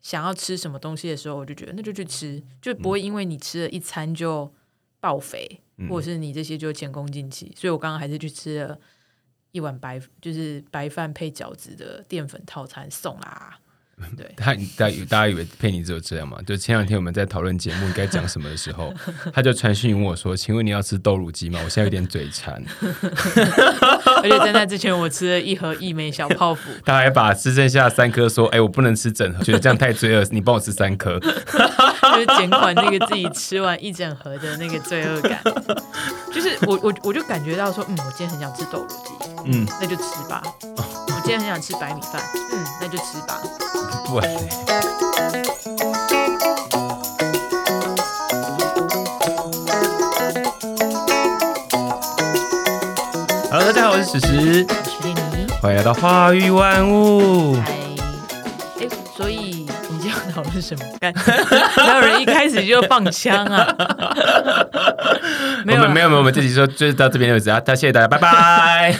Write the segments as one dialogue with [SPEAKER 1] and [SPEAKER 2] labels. [SPEAKER 1] 想要吃什么东西的时候，我就觉得那就去吃，就不会因为你吃了一餐就爆肥，或者是你这些就前功尽弃。所以我刚刚还是去吃了一碗白，就是白饭配饺子的淀粉套餐送啊啦。对，
[SPEAKER 2] 他大家大家以为佩妮只有这样嘛？就前两天我们在讨论节目应该讲什么的时候， 他就传讯问我说：“请问你要吃豆乳鸡吗？”我现在有点嘴馋。
[SPEAKER 1] 而且在那之前，我吃了一盒一枚小泡芙，
[SPEAKER 2] 他还把吃剩下三颗说：“哎、我不能吃整盒，觉得这样太罪恶，你帮我吃三颗。
[SPEAKER 1] 就是减缓那个自己吃完一整盒的那个罪恶感。就是我我我就感觉到说，嗯，我今天很想吃豆乳鸡，”
[SPEAKER 2] 嗯，
[SPEAKER 1] 那就吃吧。我今天很想吃白米饭，嗯，那就吃吧。
[SPEAKER 2] 不然嘞好了，大家好，我是史实，
[SPEAKER 1] 徐念妮，
[SPEAKER 2] 欢迎来到花语万物。
[SPEAKER 1] 嗨，哎，所以我们今天要讨论什么？干， 哪有人一开始就放枪啊？没有啊啦
[SPEAKER 2] 我们没有没有，我们这集说就是到这边为止啊！大谢谢大家，拜拜。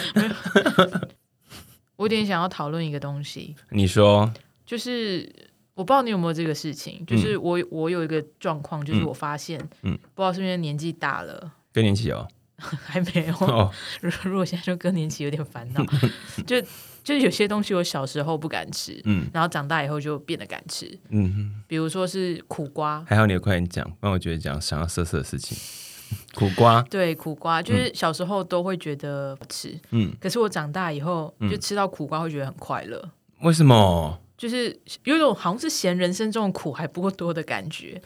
[SPEAKER 1] 我有点想要讨论一个东西，
[SPEAKER 2] 你说，
[SPEAKER 1] 就是我不知道你有没有这个事情，就是我、我有一个状况，就是我发现，
[SPEAKER 2] 嗯
[SPEAKER 1] 不知道是不是年纪大了，
[SPEAKER 2] 更年期哦，
[SPEAKER 1] 还没有。
[SPEAKER 2] 哦，
[SPEAKER 1] 如如果现在说更年期有点烦 恼，就就有些东西我小时候不敢吃，
[SPEAKER 2] 嗯
[SPEAKER 1] 然后长大以后就变得敢吃，
[SPEAKER 2] 嗯，
[SPEAKER 1] 比如说是苦瓜，
[SPEAKER 2] 还好你有快点讲，不然我觉得讲想要色色的 事情，苦瓜，
[SPEAKER 1] 对，苦瓜就是小时候都会觉得不吃，
[SPEAKER 2] 嗯，
[SPEAKER 1] 可是我长大以后就吃到苦瓜会觉得很快乐，
[SPEAKER 2] 为什么？
[SPEAKER 1] 就是有一种好像是嫌人生中的苦还不够多的感觉。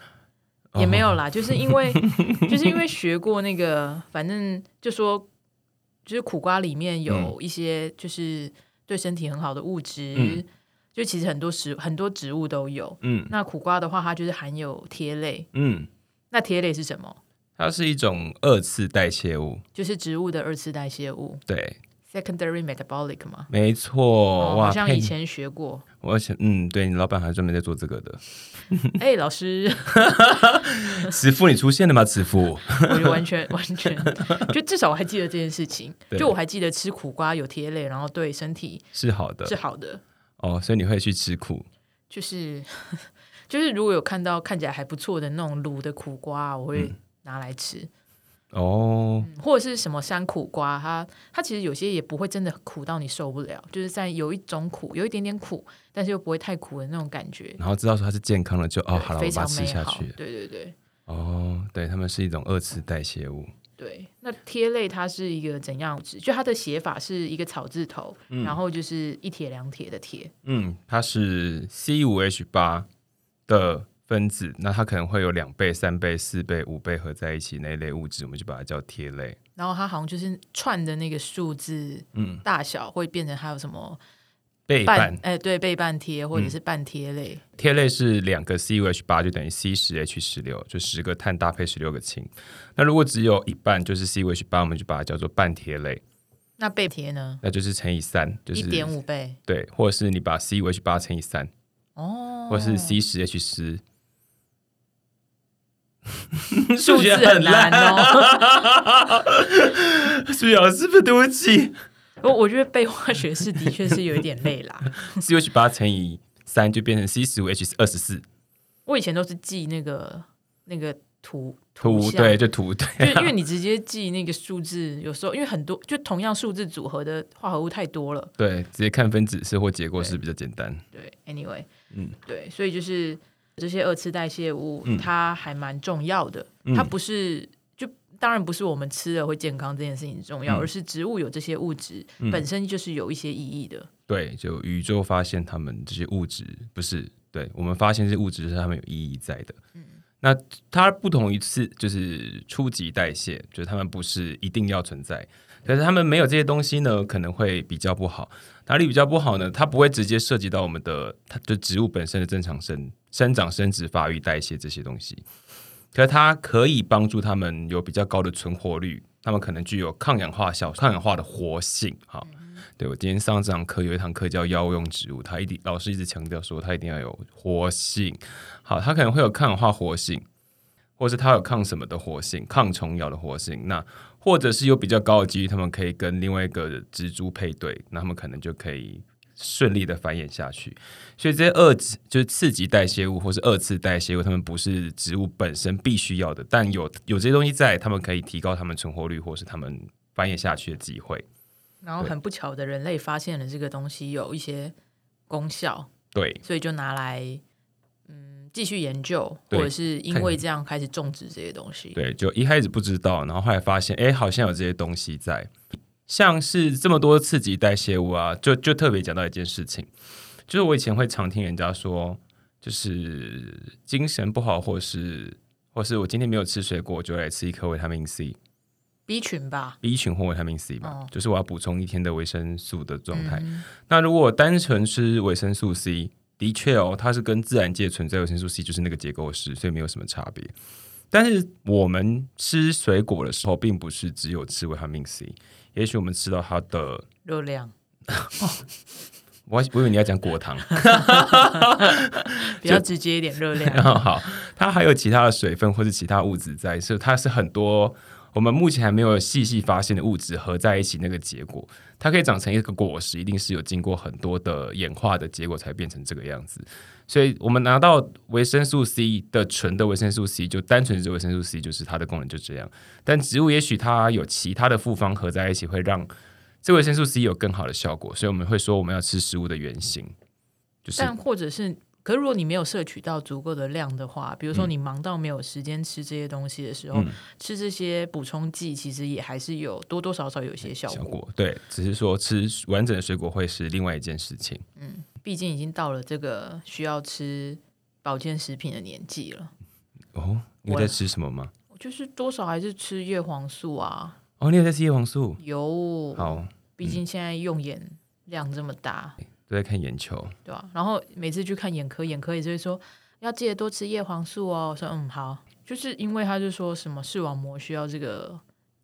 [SPEAKER 2] 哦
[SPEAKER 1] 也没有啦，就是因为就是因为学过那个，反正就说就是苦瓜里面有一些就是对身体很好的物质，
[SPEAKER 2] 嗯
[SPEAKER 1] 就其实很多食很多植物都有。
[SPEAKER 2] 嗯
[SPEAKER 1] 那苦瓜的话，它就是含有萜类。
[SPEAKER 2] 嗯，
[SPEAKER 1] 那萜类是什么？
[SPEAKER 2] 它是一种二次代谢物，
[SPEAKER 1] 就是植物的二次代谢物
[SPEAKER 2] 对，
[SPEAKER 1] （secondary metabolic） 嘛。
[SPEAKER 2] 没错，
[SPEAKER 1] 哦
[SPEAKER 2] 哇，
[SPEAKER 1] 好像
[SPEAKER 2] 佩
[SPEAKER 1] 以前学过。
[SPEAKER 2] 我想，嗯，对你老板还专门在做这个的，
[SPEAKER 1] 哎、老师，
[SPEAKER 2] 慈父你出现了吗？慈父，
[SPEAKER 1] 我就完全完全，就至少我还记得这件事情。
[SPEAKER 2] 对
[SPEAKER 1] 就我还记得吃苦瓜有萜类，然后对身体
[SPEAKER 2] 是好的
[SPEAKER 1] 是好的。
[SPEAKER 2] 哦，所以你会去吃苦，
[SPEAKER 1] 就是 就是如果有看到看起来还不错的那种卤的苦瓜，我
[SPEAKER 2] 嗯
[SPEAKER 1] 会拿来吃，
[SPEAKER 2] 哦，
[SPEAKER 1] 嗯或者是什么山苦瓜，它它其实有些也不会真的苦到你受不了，就是在有一种苦，有一点点苦，但是又不会太苦的那种感觉。
[SPEAKER 2] 然后知道说它是健康的，就
[SPEAKER 1] 对
[SPEAKER 2] 哦，好了，
[SPEAKER 1] 非
[SPEAKER 2] 我
[SPEAKER 1] 常
[SPEAKER 2] 把它吃
[SPEAKER 1] 美
[SPEAKER 2] 下
[SPEAKER 1] 好
[SPEAKER 2] 去。，
[SPEAKER 1] 对对对
[SPEAKER 2] 哦，对，它们是一种二次代谢物，
[SPEAKER 1] 对。那贴类它是一个怎样子？就它的写法是一个草字头，然后就是一铁两铁的铁，
[SPEAKER 2] 嗯，它是 C 五 H 八的分子，那它可能会有两倍、三倍、四倍、五倍合在一起那一类物质，我们就把它叫萜类。
[SPEAKER 1] 然后它好像就是串的那个数字
[SPEAKER 2] 嗯，
[SPEAKER 1] 大小会变成它有什么
[SPEAKER 2] 倍
[SPEAKER 1] 半
[SPEAKER 2] 半嗯
[SPEAKER 1] 哎、对背半贴或者是半贴类。
[SPEAKER 2] 萜类是两个 C 五 H 八就等于 C 十 H 十六，就十个碳搭配十六个氢。那如果只有一半就是 C 五 H 八，我们就把它叫做半萜类，
[SPEAKER 1] 那被贴呢？
[SPEAKER 2] 那就是乘以三，就
[SPEAKER 1] 一
[SPEAKER 2] 是
[SPEAKER 1] 点五倍
[SPEAKER 2] 对，或者是你把 C 五 H 八乘以三，
[SPEAKER 1] 哦，
[SPEAKER 2] 或是 C 十 H 十。
[SPEAKER 1] 数字很难 哦。
[SPEAKER 2] 数学老师，不对不起。
[SPEAKER 1] 我我觉得背化学式的确是有一点累啦。
[SPEAKER 2] C H 八乘以三就变成 C 十五 H 二十四
[SPEAKER 1] 我以前都是记那个那个图
[SPEAKER 2] 图
[SPEAKER 1] 像
[SPEAKER 2] 对，，就图对
[SPEAKER 1] 就因为你直接记那个数字，有时候因为很多就同样数字组合的化合物太多了。
[SPEAKER 2] 对，直接看分子式或结构式比较简单。
[SPEAKER 1] 对，anyway，
[SPEAKER 2] 嗯
[SPEAKER 1] 嗯，对，所以就是这些二次代谢物，它还蛮重要的。它不是就当然不是我们吃了会健康这件事情重要，而是植物有这些物质、本身就是有一些意义的。
[SPEAKER 2] 对，就宇宙发现它们这些物质不是，对我们发现这些物质是它们有意义在的。那它不同于次就是初级代谢，就是它们不是一定要存在，可是它们没有这些东西呢，可能会比较不好。哪里比较不好呢？它不会直接涉及到我们的它就植物本身的正常生生长、生殖、发育、代谢这些东西，可是它可以帮助它们有比较高的存活率，它们可能具有抗氧化效、抗氧化的活性。好，对我今天上这堂课有一堂课叫药用植物，它一定老师一直强调说它一定要有活性。好，它可能会有抗氧化活性，或是它有抗什么的活性，抗虫咬的活性。那或者是有比较高的几率，它们可以跟另外一个植株配对，那它们可能就可以顺利的繁衍下去。所以这些二次就是次级代谢物或是二次代谢物，它们不是植物本身必须要的，但有有这些东西在，它们可以提高它们存活率或是它们繁衍下去的机会。
[SPEAKER 1] 然后很不巧的，人类发现了这个东西有一些功效，
[SPEAKER 2] 对，
[SPEAKER 1] 所以就拿来嗯继续研究，
[SPEAKER 2] 对
[SPEAKER 1] 或者是因
[SPEAKER 2] 看
[SPEAKER 1] 为
[SPEAKER 2] 看
[SPEAKER 1] 这样开始种植这些东西。
[SPEAKER 2] 对，就一开始不知道，然后后来发现，哎，好像有这些东西在，像是这么多次级代谢物啊，就就特别讲到一件事情，就是我以前会常听人家说，就是精神不好，或是或是我今天没有吃水果，我就来吃一颗维他命 C、
[SPEAKER 1] B 群吧，
[SPEAKER 2] B 群或维他命 C 吧，
[SPEAKER 1] 哦
[SPEAKER 2] 就是我要补充一天的维生素的状态。
[SPEAKER 1] 嗯
[SPEAKER 2] 那如果我单纯吃维生素 C，的确哦，它是跟自然界存在维生素 C 就是那个结构式，所以没有什么差别。但是我们吃水果的时候，并不是只有吃维他命 C，也许我们吃到它的，
[SPEAKER 1] 热量，
[SPEAKER 2] 我还我以为你要讲果糖，
[SPEAKER 1] 比较直接一点，热量。
[SPEAKER 2] 好，它还有其他的水分或是其他物质在，所以它是很多我们目前还没有细细发现的物质合在一起那个结果，它可以长成一个果实，一定是有经过很多的演化的结果才变成这个样子。所以我们拿到维生素 C 的纯的维生素 C，就单纯是维生素 C，就是它的功能就这样。但植物也许它有其他的复方合在一起，会让这维生素 C 有更好的效果，所以我们会说我们要吃食物的原型， 就是
[SPEAKER 1] 但或者是，可是如果你没有摄取到足够的量的话，比如
[SPEAKER 2] 嗯
[SPEAKER 1] 说你忙到没有时间吃这些东西的时候，吃这些补充剂其实也还是有多多少少有一些效
[SPEAKER 2] 哎效
[SPEAKER 1] 果。
[SPEAKER 2] 果。对，只是说吃完整的水果会是另外一件事情。
[SPEAKER 1] 毕竟已经到了这个需要吃保健食品的年纪了，
[SPEAKER 2] 哦，你有
[SPEAKER 1] 我
[SPEAKER 2] 在吃什么吗？
[SPEAKER 1] 就是多少还是吃叶黄素啊，
[SPEAKER 2] 哦，你有在吃叶黄素？
[SPEAKER 1] 有。
[SPEAKER 2] 好，嗯
[SPEAKER 1] 毕竟现在用眼量这么大，
[SPEAKER 2] 都在看眼球。
[SPEAKER 1] 对吧、然后每次去看眼科，眼科也是会说要记得多吃叶黄素哦。我说嗯好，就是因为他就说什么视网膜需要这个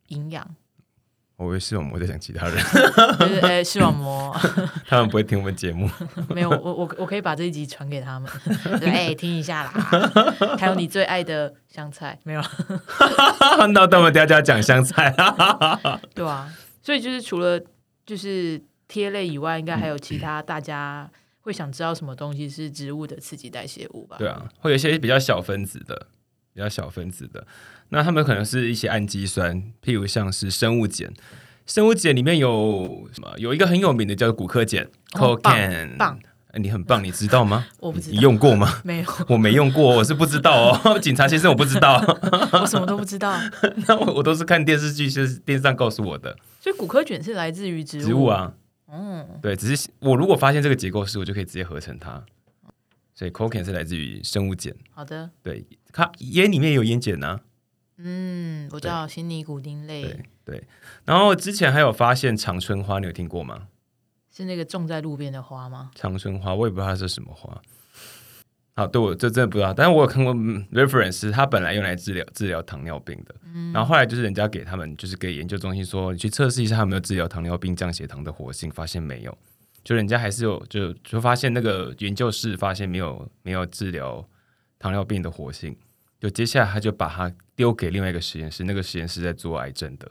[SPEAKER 1] 营养，
[SPEAKER 2] 哦我以为视网膜在讲其他 人，
[SPEAKER 1] 就是哎视网膜
[SPEAKER 2] 他们不会听我们节 目。
[SPEAKER 1] 没有我我我可以把这一集传给他们， 就哎听一下啦。 还有你最爱的香菜没有？
[SPEAKER 2] 那那我们等一下就要讲香菜啊。
[SPEAKER 1] 对啊，所以就是除了就是贴类以外，应该还有其他大家会想知道什么东西是植物的刺激代谢物吧？
[SPEAKER 2] 对啊，会有一些比较小分子的，比较小分子的。那他们可能是一些氨基酸，譬如像是生物碱。生物碱里面有什么？有一个很有名的叫做骨科碱
[SPEAKER 1] 哦
[SPEAKER 2] c o
[SPEAKER 1] 棒
[SPEAKER 2] c a n
[SPEAKER 1] 棒
[SPEAKER 2] 你很棒，你知道吗？
[SPEAKER 1] 我不知道
[SPEAKER 2] 你用过吗？
[SPEAKER 1] 没有，
[SPEAKER 2] 我没用过，我是不知道哦， 警察先生我不知道，
[SPEAKER 1] 我什么都不知道。
[SPEAKER 2] 那我我都是看电视剧，就是电视上告诉我的
[SPEAKER 1] 所以骨科卷是来自于植物
[SPEAKER 2] 植物，啊，
[SPEAKER 1] 嗯，
[SPEAKER 2] 对，只是我如果发现这个结构式，我就可以直接合成它。所以 c o c a i n 是来自于生物碱，
[SPEAKER 1] 好的，
[SPEAKER 2] 对，它烟里面也有烟碱呐、
[SPEAKER 1] 嗯，我知道辛尼古丁类
[SPEAKER 2] 对对。然后之前还有发现长春花，你有听过吗？
[SPEAKER 1] 是那个种在路边的花吗？
[SPEAKER 2] 长春花，我也不知道它是什么花。好，对我这真的不知道，但是我有看过、嗯 reference，它本来用来治疗治疗糖尿病的，然后后来就是人家给他们就是给研究中心说，你去测试一下它有没有治疗糖尿病降血糖的活性，发现没有，就人家还是有就就发现那个研究室发现没有没有治疗糖尿病的活性，就接下来他就把它丢给另外一个实验室，那个实验室在做癌症的，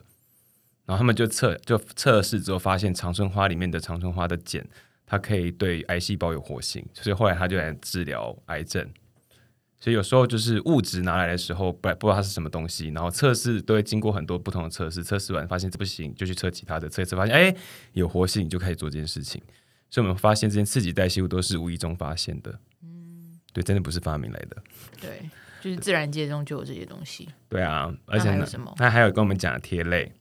[SPEAKER 2] 然后他们就测就测试之后发现长春花里面的长春花的碱它可以对癌细胞有活性，所以后来他就来治疗癌症。所以有时候就是物质拿来的时候，不不知道它是什么东西，然后测试都会经过很多不同的测试，测试完发现这不行，就去测其他的，测一测发现哎有活性，你就开始做这件事情。所以我们发现这些刺激代谢物都是无意中发现的，对，真的不是发明来的。
[SPEAKER 1] 对，就是自然界中就有这些东西。
[SPEAKER 2] 对啊，而且
[SPEAKER 1] 还有
[SPEAKER 2] 呢
[SPEAKER 1] 什么，
[SPEAKER 2] 那还有跟我们讲的贴类，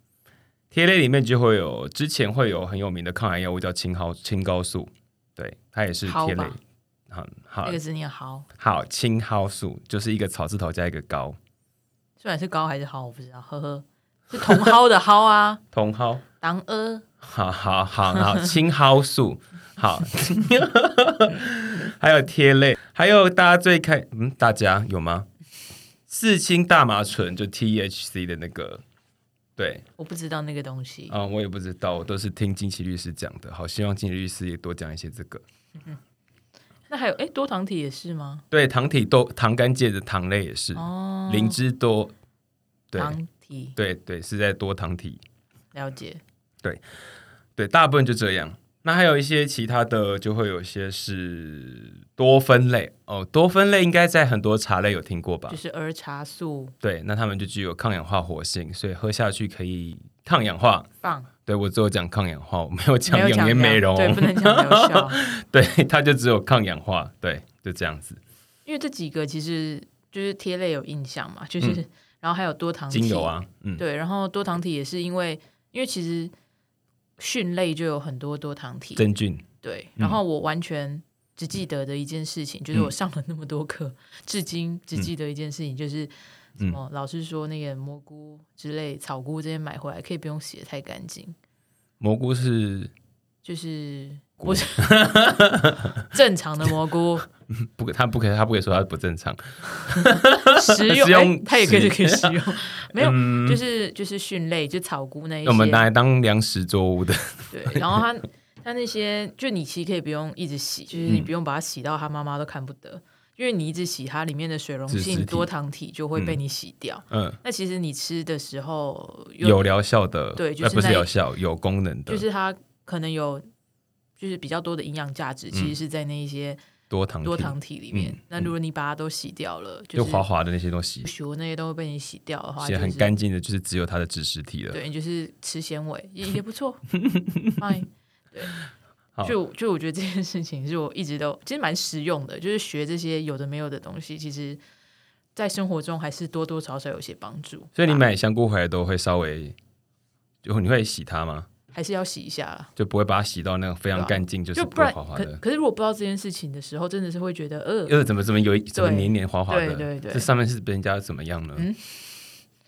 [SPEAKER 2] 贴类里面就会有之前会有很有名的抗癌药物叫青蒿青蒿素，对，它也是
[SPEAKER 1] 蒿
[SPEAKER 2] 贴类
[SPEAKER 1] 吧。
[SPEAKER 2] 好
[SPEAKER 1] 那
[SPEAKER 2] 好
[SPEAKER 1] 个字念蒿，
[SPEAKER 2] 好，青蒿素就是一个草字头加一个高，
[SPEAKER 1] 虽然是高还是蒿，我不知道，呵呵，是茼蒿的蒿啊，
[SPEAKER 2] 茼蒿。
[SPEAKER 1] 党呃，
[SPEAKER 2] 好好好好， 青蒿素好， 还有贴类，还有大家最开嗯，大家有吗？四氢大麻醇就 THC 的那个，对，
[SPEAKER 1] 我不知道那个东西。
[SPEAKER 2] 啊、我也不知道，我都是听金奇律师讲的。好，希望金奇律师也多讲一些这个。
[SPEAKER 1] 那还有，哎，多糖体也是吗？
[SPEAKER 2] 对，糖体豆、糖苷界的糖类也是，
[SPEAKER 1] 哦，
[SPEAKER 2] 灵芝多，对
[SPEAKER 1] 糖体
[SPEAKER 2] 对对，是在多糖体。
[SPEAKER 1] 了解，
[SPEAKER 2] 对，大部分就这样。那还有一些其他的，就会有一些是多酚类哦，多酚类应该在很多茶类有听过吧
[SPEAKER 1] 就？是儿茶素
[SPEAKER 2] 对，那它们就具有抗氧化活性，所以喝下去可以抗氧化。
[SPEAKER 1] 棒，
[SPEAKER 2] 对我只有讲抗氧化，我没有
[SPEAKER 1] 没
[SPEAKER 2] 讲
[SPEAKER 1] 有
[SPEAKER 2] 养
[SPEAKER 1] 讲
[SPEAKER 2] 颜美容，
[SPEAKER 1] 对，不能讲疗效，
[SPEAKER 2] 对，它就只有抗氧化，对，就这样子。
[SPEAKER 1] 因为这几个其实就是贴类有印象嘛，就是、然后还有多糖体
[SPEAKER 2] 嗯精油啊，嗯，
[SPEAKER 1] 对，然后多糖体也是因为，因为其实蕈类就有很多多糖体，
[SPEAKER 2] 真嗯菌，
[SPEAKER 1] 对。然后我完全只记得的一件事情，就是
[SPEAKER 2] 嗯
[SPEAKER 1] 我上了那么多课，至今只记得一件事情，就是什
[SPEAKER 2] 嗯
[SPEAKER 1] 么、老师说那个蘑菇之类、草菇这些买回来可以不用洗的太干净，
[SPEAKER 2] 蘑菇是
[SPEAKER 1] 就是不 是正常的蘑菇，
[SPEAKER 2] 不可，他不可，他不可以说它不正常。
[SPEAKER 1] 食用
[SPEAKER 2] 食用
[SPEAKER 1] 哎它也可以
[SPEAKER 2] 食
[SPEAKER 1] 可以食 用，没有，就是就是蕈类，就草菇那一些，
[SPEAKER 2] 那我们拿来当粮食作物的，
[SPEAKER 1] 对，然后它它那些就你其实可以不用一直洗，就是
[SPEAKER 2] 嗯
[SPEAKER 1] 你不用把它洗到它妈妈都看不得，因为你一直洗它里面的水溶
[SPEAKER 2] 脂质
[SPEAKER 1] 性
[SPEAKER 2] 体
[SPEAKER 1] 多糖体就会被你洗掉。
[SPEAKER 2] 嗯，
[SPEAKER 1] 那其实你吃的时候
[SPEAKER 2] 有疗效的，
[SPEAKER 1] 对就是
[SPEAKER 2] 呃不是
[SPEAKER 1] 那
[SPEAKER 2] 疗效，有功能的
[SPEAKER 1] 就是它可能有就是比较多的营养价值，其实是在那一些
[SPEAKER 2] 多糖体
[SPEAKER 1] 多糖体里面。
[SPEAKER 2] 嗯
[SPEAKER 1] 那如果你把它都洗掉了，
[SPEAKER 2] 就是滑滑的那些东西，
[SPEAKER 1] 油那些都会被你洗掉的话，
[SPEAKER 2] 而
[SPEAKER 1] 就
[SPEAKER 2] 且
[SPEAKER 1] 是
[SPEAKER 2] 很干净的，就是只有它的脂实体了。
[SPEAKER 1] 对，你就是吃纤维也也不 错，fine。对
[SPEAKER 2] 好，
[SPEAKER 1] 就就我觉得这件事情是我一直都其实蛮实用的，就是学这些有的没有的东西，其实在生活中还是多多少少有些帮助。
[SPEAKER 2] 所以你
[SPEAKER 1] 啊
[SPEAKER 2] 买香菇回来都会稍微，就你会洗它吗？
[SPEAKER 1] 还是要洗一下啦，
[SPEAKER 2] 就不会把它洗到那种非常干净，就是
[SPEAKER 1] 啊就
[SPEAKER 2] 不
[SPEAKER 1] 不
[SPEAKER 2] 会
[SPEAKER 1] 然
[SPEAKER 2] 滑滑
[SPEAKER 1] 可
[SPEAKER 2] 的。
[SPEAKER 1] 可是如果不知道这件事情的时候，真的是会觉得呃，
[SPEAKER 2] 呃，怎么怎么有一怎么黏黏滑滑的？
[SPEAKER 1] 对对对
[SPEAKER 2] 这上面是被人家怎么样呢？
[SPEAKER 1] 嗯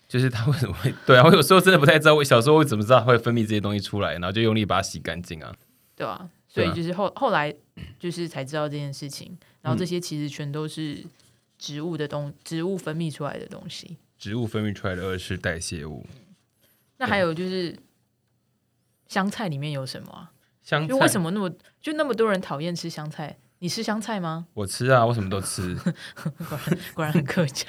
[SPEAKER 2] 就是它为什么会？ 对啊，我有时候真的不太知道，我小时候我怎么知道它会分泌这些东西出来，然后就用力把它洗干净啊？
[SPEAKER 1] 对吧、所
[SPEAKER 2] 对啊
[SPEAKER 1] 以就是后后来就是才知道这件事情，然后
[SPEAKER 2] 嗯
[SPEAKER 1] 这些其实全都是植物的东，植物分泌出来的东西。
[SPEAKER 2] 植物分泌出来的二是代谢物，
[SPEAKER 1] 那还有就是香菜里面有什么啊？
[SPEAKER 2] 香菜
[SPEAKER 1] 就为什么那么就那么多人讨厌吃香菜？你吃香菜吗？
[SPEAKER 2] 我吃啊，我什么都吃。
[SPEAKER 1] 果然很客家。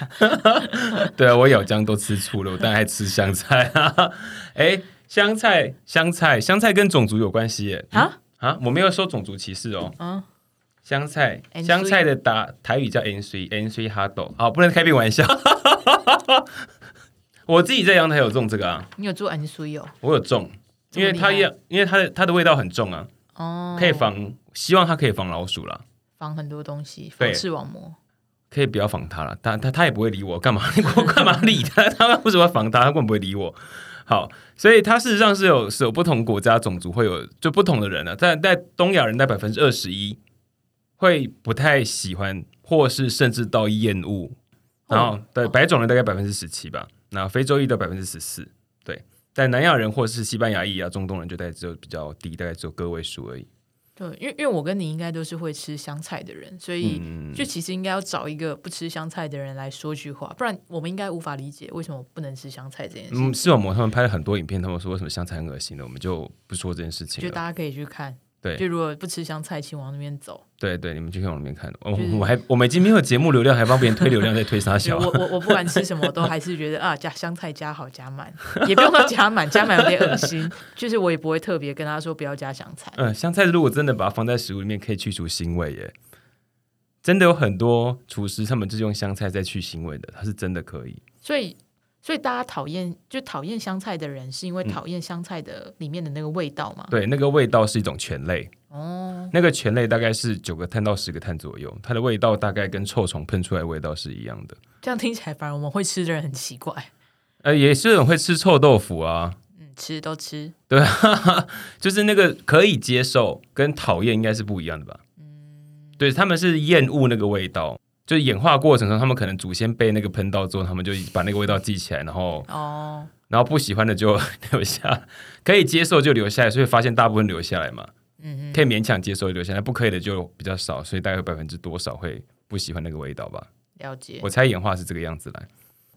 [SPEAKER 2] 对啊，我咬姜都吃醋了，我当然还吃香菜啊。 哎，香菜，香菜，香菜跟种族有关系耶？
[SPEAKER 1] 啊
[SPEAKER 2] 啊，我没有说种族歧视哦。
[SPEAKER 1] 啊
[SPEAKER 2] 香菜，
[SPEAKER 1] N
[SPEAKER 2] 香菜的打台语叫 N C N C 哈斗，好，不能开别玩笑。 我自己在阳台有种这个啊，
[SPEAKER 1] 你有做安苏油
[SPEAKER 2] 我有种，
[SPEAKER 1] 这
[SPEAKER 2] 因
[SPEAKER 1] 么
[SPEAKER 2] 为
[SPEAKER 1] 厉
[SPEAKER 2] 它
[SPEAKER 1] 害
[SPEAKER 2] 也因为它的它的味道很重啊，
[SPEAKER 1] 哦？
[SPEAKER 2] 可以防，希望它可以防老鼠啦。
[SPEAKER 1] 防很多东西，防
[SPEAKER 2] 对
[SPEAKER 1] 视网膜。
[SPEAKER 2] 可以不要防他了，他他他也不会理我，干嘛？ 我干嘛理他？ 他为什么要防他？他根本不会理我。好，所以它事实上是有是有不同国家种族会有就不同的人啊，但在东亚人在百分之二十一会不太喜欢，或是甚至到厌恶。
[SPEAKER 1] 哦
[SPEAKER 2] 然后对白种人大概百分之十七吧，那非洲裔的百分之十四，对，但南亚人或是西班牙裔啊、中东人就大概只有比较低，大概只有个位数而已。
[SPEAKER 1] 对，因为因为我跟你应该都是会吃香菜的人，所以
[SPEAKER 2] 嗯
[SPEAKER 1] 就其实应该要找一个不吃香菜的人来说句话，不然我们应该无法理解为什么不能吃香菜这件事。
[SPEAKER 2] 嗯，视网膜他们拍了很多影片，他们说为什么香菜很恶心的，我们就不说这件事情
[SPEAKER 1] 就
[SPEAKER 2] 了。
[SPEAKER 1] 大家可以去看，
[SPEAKER 2] 对
[SPEAKER 1] 就如果不吃香菜，请往那边走。
[SPEAKER 2] 对对，你们去可以往那边看。我、
[SPEAKER 1] 就是
[SPEAKER 2] 我还我们已经没有节目流量，还帮别人推流量，在推啥
[SPEAKER 1] 就
[SPEAKER 2] 小？
[SPEAKER 1] 我我我不管吃什么，我都还是觉得啊，加香菜加好加满，也不用到加满，加满有点恶心。就是我也不会特别跟他说不要加香菜，
[SPEAKER 2] 嗯，香菜如果真的把它放在食物里面，可以去除腥味耶。真的有很多厨师他们就是用香菜在去腥味的，它是真的可以。
[SPEAKER 1] 所以所以大家讨厌就讨厌香菜的人，是
[SPEAKER 2] 嗯
[SPEAKER 1] 因为讨厌香菜的里面的那个味道嘛？
[SPEAKER 2] 对，那个味道是一种醛类，
[SPEAKER 1] 哦，
[SPEAKER 2] 那个醛类大概是九个碳到十个碳左右，它的味道大概跟臭虫喷出来的味道是一样的。
[SPEAKER 1] 这样听起来反而我们会吃的人很奇怪，
[SPEAKER 2] 呃，也是很会吃臭豆腐啊，
[SPEAKER 1] 嗯，吃都吃，
[SPEAKER 2] 对啊，就是那个可以接受跟讨厌应该是不一样的吧？对，他们是厌恶那个味道，就是演化过程中，他们可能祖先被那个喷到之后，他们就把那个味道记起来，然后
[SPEAKER 1] 哦，
[SPEAKER 2] 然后不喜欢的就留下，可以接受就留下来，所以发现大部分留下来嘛，
[SPEAKER 1] 嗯嗯，
[SPEAKER 2] 可以勉强接受就留下来，不可以的就比较少，所以大概有百分之多少会不喜欢那个味道吧？
[SPEAKER 1] 了解
[SPEAKER 2] 我。猜演化是这个样子来，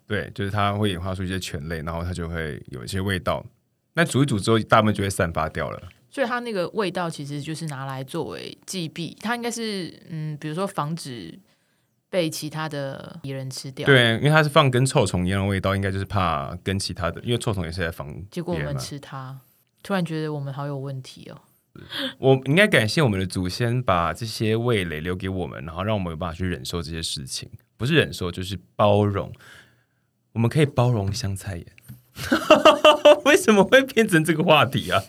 [SPEAKER 2] 对，就是它会演化出一些醛类，然后它就会有一些味道，那煮一煮之后，大部分就会散发掉了。
[SPEAKER 1] 所以它那个味道其实就是拿来作为忌避，它应该是嗯，比如说防止被其他的敌人吃掉。。
[SPEAKER 2] 对，因为它是放跟臭虫一样的味道，应该就是怕跟其他的，因为臭虫也是在防别人嘛。
[SPEAKER 1] 结果我们吃它，突然觉得我们好有问题哦。
[SPEAKER 2] 我应该感谢我们的祖先把这些味蕾留给我们，然后让我们有办法去忍受这些事情，不是忍受就是包容。我们可以包容香菜 耶。为什么会变成这个话题啊？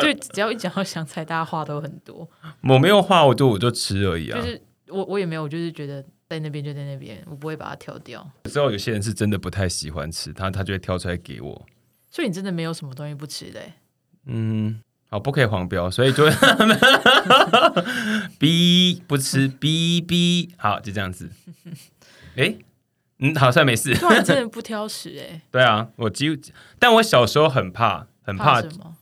[SPEAKER 1] 对，只要一讲到香菜，大家话都很多。
[SPEAKER 2] 我没有话，我就我就吃而已啊。
[SPEAKER 1] 就是我我也没有，我就是觉得在那边就在那边，我不会把它挑掉。
[SPEAKER 2] 我知道有些人是真的不太喜欢吃，他他就会挑出来给我。
[SPEAKER 1] 所以你真的没有什么东西不吃的欸、
[SPEAKER 2] 嗯，好，不可以黄标，所以就 B 不吃 B B，好，就这样子。诶，嗯，好，算没事。
[SPEAKER 1] 突然真的不挑食哎、
[SPEAKER 2] 对啊，我几乎，但我小时候很怕， 很怕，
[SPEAKER 1] 什么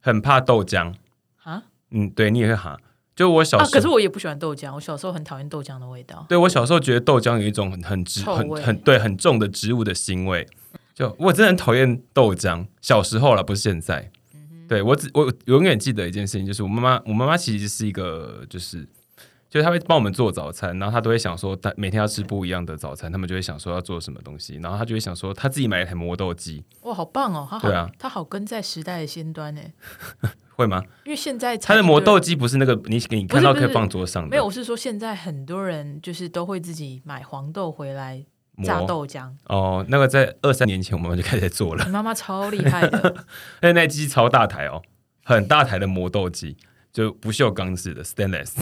[SPEAKER 2] 很怕豆浆。
[SPEAKER 1] 啊？
[SPEAKER 2] 嗯，对你也会哈，就我小
[SPEAKER 1] 啊！
[SPEAKER 2] 时
[SPEAKER 1] 可
[SPEAKER 2] 候，
[SPEAKER 1] 是我也不喜欢豆浆，我小时候很讨厌豆浆的味道。
[SPEAKER 2] 对我小时候觉得豆浆有一种很很植
[SPEAKER 1] 臭
[SPEAKER 2] 很
[SPEAKER 1] 味
[SPEAKER 2] 很对很重的植物的腥味，就我真的很讨厌豆浆。小时候了，不是现在。
[SPEAKER 1] 嗯
[SPEAKER 2] 对我只我我永远记得一件事情，就是我妈妈，我妈妈其实是一个就是。就是她会帮我们做早餐，然后她都会想说，她每天要吃不一样的早餐，他们就会想说要做什么东西，然后她就会想说，她自己买了一台磨豆机，
[SPEAKER 1] 哇，好棒哦！它好，
[SPEAKER 2] 对啊
[SPEAKER 1] 它好跟在时代的先端哎、
[SPEAKER 2] 会吗？
[SPEAKER 1] 因为现在
[SPEAKER 2] 它
[SPEAKER 1] 才
[SPEAKER 2] 的磨豆机不是那个你你看到
[SPEAKER 1] 不
[SPEAKER 2] 可
[SPEAKER 1] 是
[SPEAKER 2] 以放桌上的，
[SPEAKER 1] 没有，我是说现在很多人就是都会自己买黄豆回来榨
[SPEAKER 2] 磨
[SPEAKER 1] 豆浆。
[SPEAKER 2] 哦，那个在二三年前我们就开始在做了，
[SPEAKER 1] 你妈妈超厉害 的，
[SPEAKER 2] 而且那机超大台哦，很大台的磨豆机，就不锈钢制的 stainless，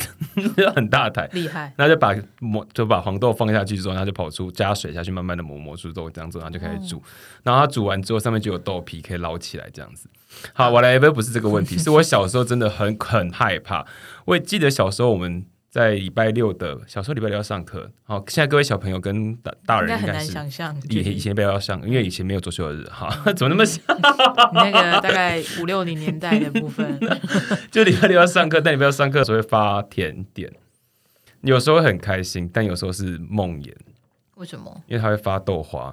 [SPEAKER 2] 就 很大台。
[SPEAKER 1] 厉害。
[SPEAKER 2] 那就把磨就把黄豆放下去之后，它就跑出加水下去，慢慢的磨磨出豆浆之后，然后就开始煮。
[SPEAKER 1] 哦
[SPEAKER 2] 然后它煮完之后，上面就有豆皮可以捞起来这样子。好，whatever 不是这个问题，是我小时候真的很很害怕。我也记得小时候我们在礼拜六的小时候礼拜六要上课，好，现在各位小朋友跟大大
[SPEAKER 1] 应
[SPEAKER 2] 人
[SPEAKER 1] 该
[SPEAKER 2] 应
[SPEAKER 1] 很
[SPEAKER 2] 该
[SPEAKER 1] 难
[SPEAKER 2] 是。
[SPEAKER 1] 想象，
[SPEAKER 2] 以
[SPEAKER 1] 就是
[SPEAKER 2] 前以前不要上，因为以前没有周休日，哈， 怎么那么像？
[SPEAKER 1] 那个大概五六零年代的部分，
[SPEAKER 2] 就礼拜六要上课，但你不要上课的时候会发甜点，有时候会很开心，但有时候是梦魇，
[SPEAKER 1] 为什么？
[SPEAKER 2] 因为它会发豆花。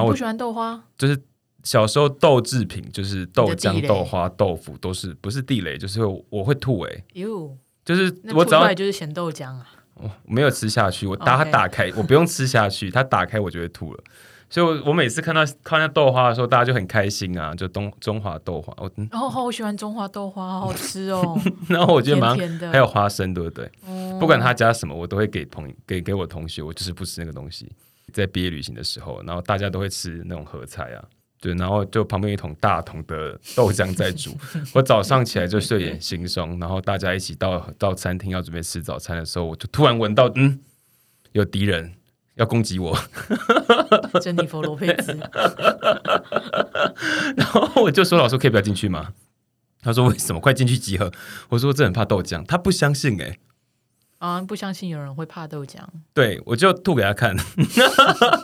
[SPEAKER 1] 你
[SPEAKER 2] 后
[SPEAKER 1] 不
[SPEAKER 2] 我
[SPEAKER 1] 喜欢豆花，
[SPEAKER 2] 就是小时候豆制品，就是豆
[SPEAKER 1] 你的地
[SPEAKER 2] 浆、
[SPEAKER 1] 雷
[SPEAKER 2] 豆花、豆腐都是不是地雷，就是我我会吐诶、欸
[SPEAKER 1] 哟，
[SPEAKER 2] 就是
[SPEAKER 1] 那
[SPEAKER 2] 我
[SPEAKER 1] 吐出
[SPEAKER 2] 只要
[SPEAKER 1] 来就是咸豆浆啊，
[SPEAKER 2] 我没有吃下去，我打它
[SPEAKER 1] OK
[SPEAKER 2] 打开，我不用吃下去，它打开我就会吐了。所以我，我每次看到看到豆花的时候，大家就很开心啊，就东中华豆花，我、嗯
[SPEAKER 1] 然后哦好喜欢中华豆花，好好吃哦，
[SPEAKER 2] 然 后我觉得马上
[SPEAKER 1] 甜甜的
[SPEAKER 2] 还有花生，对不对？
[SPEAKER 1] 哦
[SPEAKER 2] 不管他加什么，我都会给朋给给我同学，我就是不吃那个东西。在毕业旅行的时候，然后大家都会吃那种合菜啊，对，然后就旁边有一桶大桶的豆浆在煮。我早上起来就睡眼惺忪，然后大家一起到到餐厅要准备吃早餐的时候，我就突然闻到，嗯，有敌人要攻击我，
[SPEAKER 1] 珍妮佛罗佩兹，
[SPEAKER 2] 然后我就说老师可以不要进去吗？他说为什么？快进去集合！我说我真的很怕豆浆，他不相信诶、欸
[SPEAKER 1] 啊，不相信有人会怕豆浆，
[SPEAKER 2] 对，我就吐给他看。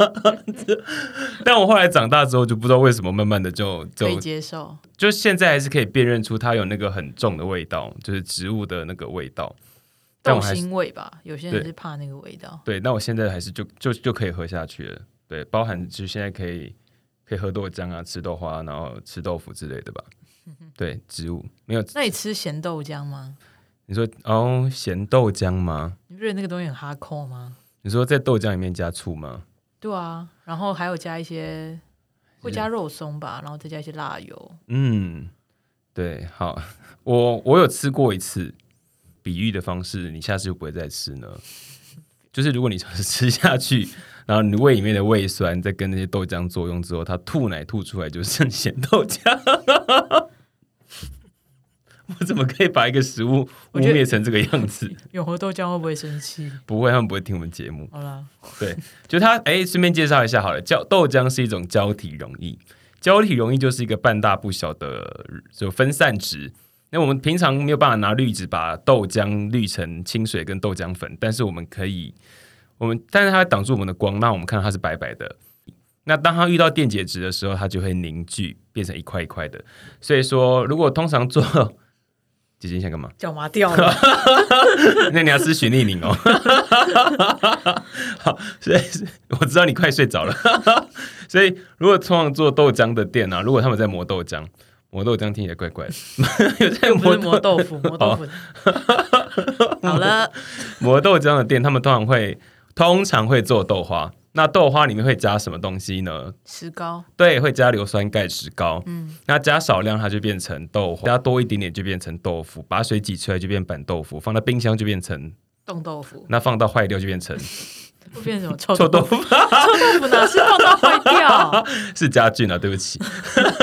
[SPEAKER 2] 但我后来长大之后，就不知道为什么，慢慢的就
[SPEAKER 1] 可以
[SPEAKER 2] 就
[SPEAKER 1] 接受。
[SPEAKER 2] 就现在还是可以辨认出它有那个很重的味道，就是植物的那个味道。但
[SPEAKER 1] 豆
[SPEAKER 2] 我还是
[SPEAKER 1] 腥味吧，有些人
[SPEAKER 2] 对
[SPEAKER 1] 是怕那个味道。
[SPEAKER 2] 对，那我现在还是就就就可以喝下去了。对，包含就是现在可以可以喝豆浆啊，吃豆花，然后吃豆腐之类的吧。对，植物没有。
[SPEAKER 1] 那你吃咸豆浆吗？
[SPEAKER 2] 你说哦，咸豆浆吗？
[SPEAKER 1] 你不觉得那个东西很哈扣吗？
[SPEAKER 2] 你说在豆浆里面加醋吗？
[SPEAKER 1] 对啊，然后还有加一些，会加肉松吧，然后再加一些辣油。
[SPEAKER 2] 嗯，对，好，我我有吃过一次，比喻的方式，你下次就不会再吃呢。就是如果你吃 下去，然后你胃里面的胃酸在跟那些豆浆作用之后，它吐奶吐出来就剩咸豆浆。 我怎么可以把一个食物污
[SPEAKER 1] 我觉得
[SPEAKER 2] 蔑成这个样子？
[SPEAKER 1] 永和豆浆会不会生气？
[SPEAKER 2] 不会，他们不会听我们节目。
[SPEAKER 1] 好啦，
[SPEAKER 2] 对，就它哎，顺便介绍一下好了，胶豆浆是一种胶体溶液，胶体溶液就是一个半大不小的就分散值。那我们平常没有办法拿滤纸把豆浆滤成清水跟豆浆粉，但是我们可以，我们但是它挡住我们的光，那我们看到它是白白的。那当它遇到电解质的时候，它就会凝聚变成一块一块的。所以说，如果通常做， 姐姐你想干嘛？
[SPEAKER 1] 脚麻掉 了。
[SPEAKER 2] 那你要吃许丽宁哦。 好，所以是我知道你快睡着了。 所以如果通常做豆浆的店啊，如果他们在磨豆浆，磨豆浆听起来怪怪的， 有在
[SPEAKER 1] 又不
[SPEAKER 2] 磨
[SPEAKER 1] 是磨豆腐，磨 豆腐。好了，
[SPEAKER 2] 磨豆浆的店，他们通常会通常会做豆花，那豆花里面会加什么东西呢？
[SPEAKER 1] 石膏，
[SPEAKER 2] 对，会加硫酸钙石膏。嗯，那加少量它就变成豆花，加多一点点就变成豆腐，把水挤出来就变板豆腐，放到冰箱就变成，
[SPEAKER 1] 冻豆腐
[SPEAKER 2] 那放到坏掉就变成
[SPEAKER 1] 会变成什么臭
[SPEAKER 2] 臭
[SPEAKER 1] 豆
[SPEAKER 2] 豆
[SPEAKER 1] 腐？
[SPEAKER 2] 腐，
[SPEAKER 1] 臭豆腐哪是冻到坏掉？
[SPEAKER 2] 是家俊啊，对不起，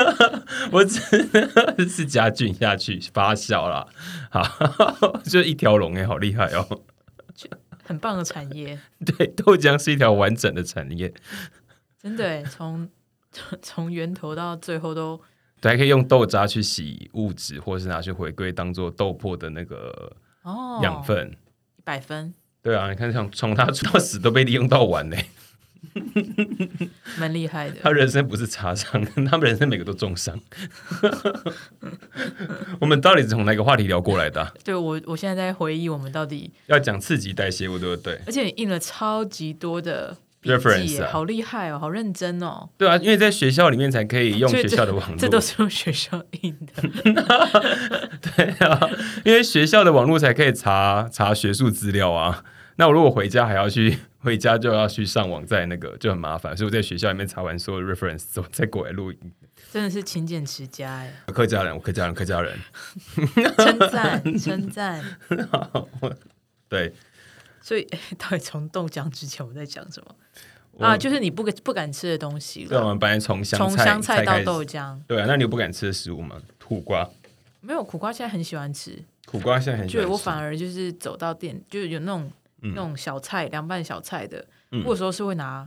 [SPEAKER 2] 我只是家俊下去发酵啦。好， 就一条龙哎、好厉害哦！
[SPEAKER 1] 很棒的产业，
[SPEAKER 2] 对，豆浆是一条完整的产业，
[SPEAKER 1] 真的耶从从源头到最后都
[SPEAKER 2] 对，还可以用豆渣去洗物质，或是拿去回归当做豆粕的那个
[SPEAKER 1] 哦
[SPEAKER 2] 养分。
[SPEAKER 1] 一百分，
[SPEAKER 2] 对啊，你看像从他出到死都被利用到完呢、欸
[SPEAKER 1] 蛮厉害
[SPEAKER 2] 他
[SPEAKER 1] 的。
[SPEAKER 2] 人生不是擦伤， 他们人生每个都重伤。 我们到底从哪个话题聊过来的啊、
[SPEAKER 1] 对我，我现在在回忆我们到底，
[SPEAKER 2] 要讲刺激代谢物，对不对？
[SPEAKER 1] 而且你印了超级多的笔记
[SPEAKER 2] Reference
[SPEAKER 1] 耶，
[SPEAKER 2] 啊
[SPEAKER 1] 好厉害哦，好认真哦。
[SPEAKER 2] 对啊，因为在学校里面才可以用
[SPEAKER 1] 所以
[SPEAKER 2] 学
[SPEAKER 1] 这
[SPEAKER 2] 校的网
[SPEAKER 1] 这都
[SPEAKER 2] 络，
[SPEAKER 1] 是用学校印的，
[SPEAKER 2] 因为学校的网络才可以查查学术资料啊。那我如果回家还要去， 回家就要去上网，在那个就很麻烦，所以我在学校里面查完所有 reference 之后再过来录音。
[SPEAKER 1] 真的是勤俭持家哎，
[SPEAKER 2] 客家人，我客家人，客家人，
[SPEAKER 1] 称赞 称赞。
[SPEAKER 2] 对
[SPEAKER 1] 所以 哎到底从豆浆之前我们在讲什么
[SPEAKER 2] 我
[SPEAKER 1] 啊？就是你不敢不敢吃的东西
[SPEAKER 2] 所以我
[SPEAKER 1] 了，
[SPEAKER 2] 们本来从香
[SPEAKER 1] 从
[SPEAKER 2] 菜
[SPEAKER 1] 香菜
[SPEAKER 2] 开
[SPEAKER 1] 到
[SPEAKER 2] 始
[SPEAKER 1] 豆浆，
[SPEAKER 2] 对啊，那你有不敢吃的食物吗？苦瓜，
[SPEAKER 1] 没有苦瓜现在很喜欢吃，
[SPEAKER 2] 苦瓜现在很喜
[SPEAKER 1] 就
[SPEAKER 2] 欢吃
[SPEAKER 1] 我反而就是走到店，就是有那种、
[SPEAKER 2] 嗯
[SPEAKER 1] 那种小菜凉拌小菜的，我有时候是会拿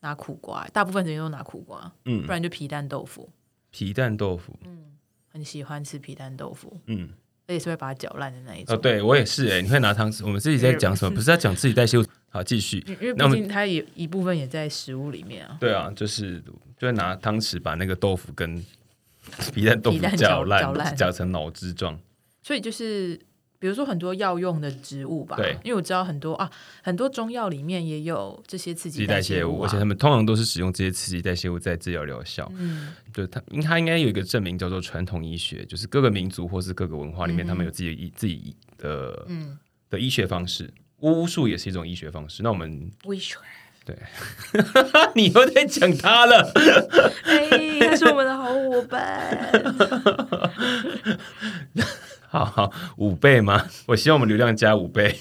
[SPEAKER 1] 拿苦瓜，大部分时间都拿苦瓜，不
[SPEAKER 2] 嗯
[SPEAKER 1] 然就皮蛋豆腐，
[SPEAKER 2] 皮蛋豆腐，
[SPEAKER 1] 很喜欢吃皮蛋豆腐，
[SPEAKER 2] 嗯
[SPEAKER 1] 而且是会把它搅烂的那一种。
[SPEAKER 2] 哦，对我也是哎，你会拿汤匙？我们自己在讲什么？ 不是在讲自己代谢物？好，继续。
[SPEAKER 1] 因因为
[SPEAKER 2] 那我
[SPEAKER 1] 毕
[SPEAKER 2] 们
[SPEAKER 1] 竟它也一部分也在食物里面啊，
[SPEAKER 2] 对啊，就是就会拿汤匙把那个豆腐跟 皮蛋豆腐
[SPEAKER 1] 皮蛋
[SPEAKER 2] 搅
[SPEAKER 1] 搅
[SPEAKER 2] 烂，
[SPEAKER 1] 搅烂
[SPEAKER 2] 搅成脑汁状。
[SPEAKER 1] 所以就是比如说很多药用的植物吧，
[SPEAKER 2] 对
[SPEAKER 1] 因为我知道很多啊，很多中药里面也有这些刺
[SPEAKER 2] 刺激
[SPEAKER 1] 激
[SPEAKER 2] 代谢
[SPEAKER 1] 谢
[SPEAKER 2] 物，而
[SPEAKER 1] 啊
[SPEAKER 2] 且他，们通常都是使用这些刺激代谢物在治疗疗效。
[SPEAKER 1] 嗯，
[SPEAKER 2] 对它，因它应该有一个证明叫做传统医学，就是各个民族或是各个文化里面，他们有自己的医自己的
[SPEAKER 1] 嗯
[SPEAKER 2] 的医学方式。巫术也是一种医学方式。那我们，
[SPEAKER 1] ，witch，
[SPEAKER 2] 你又在讲它了。
[SPEAKER 1] 哎，他是我们的好伙伴，
[SPEAKER 2] 好好，五倍吗？ 我希望我们流量加五倍。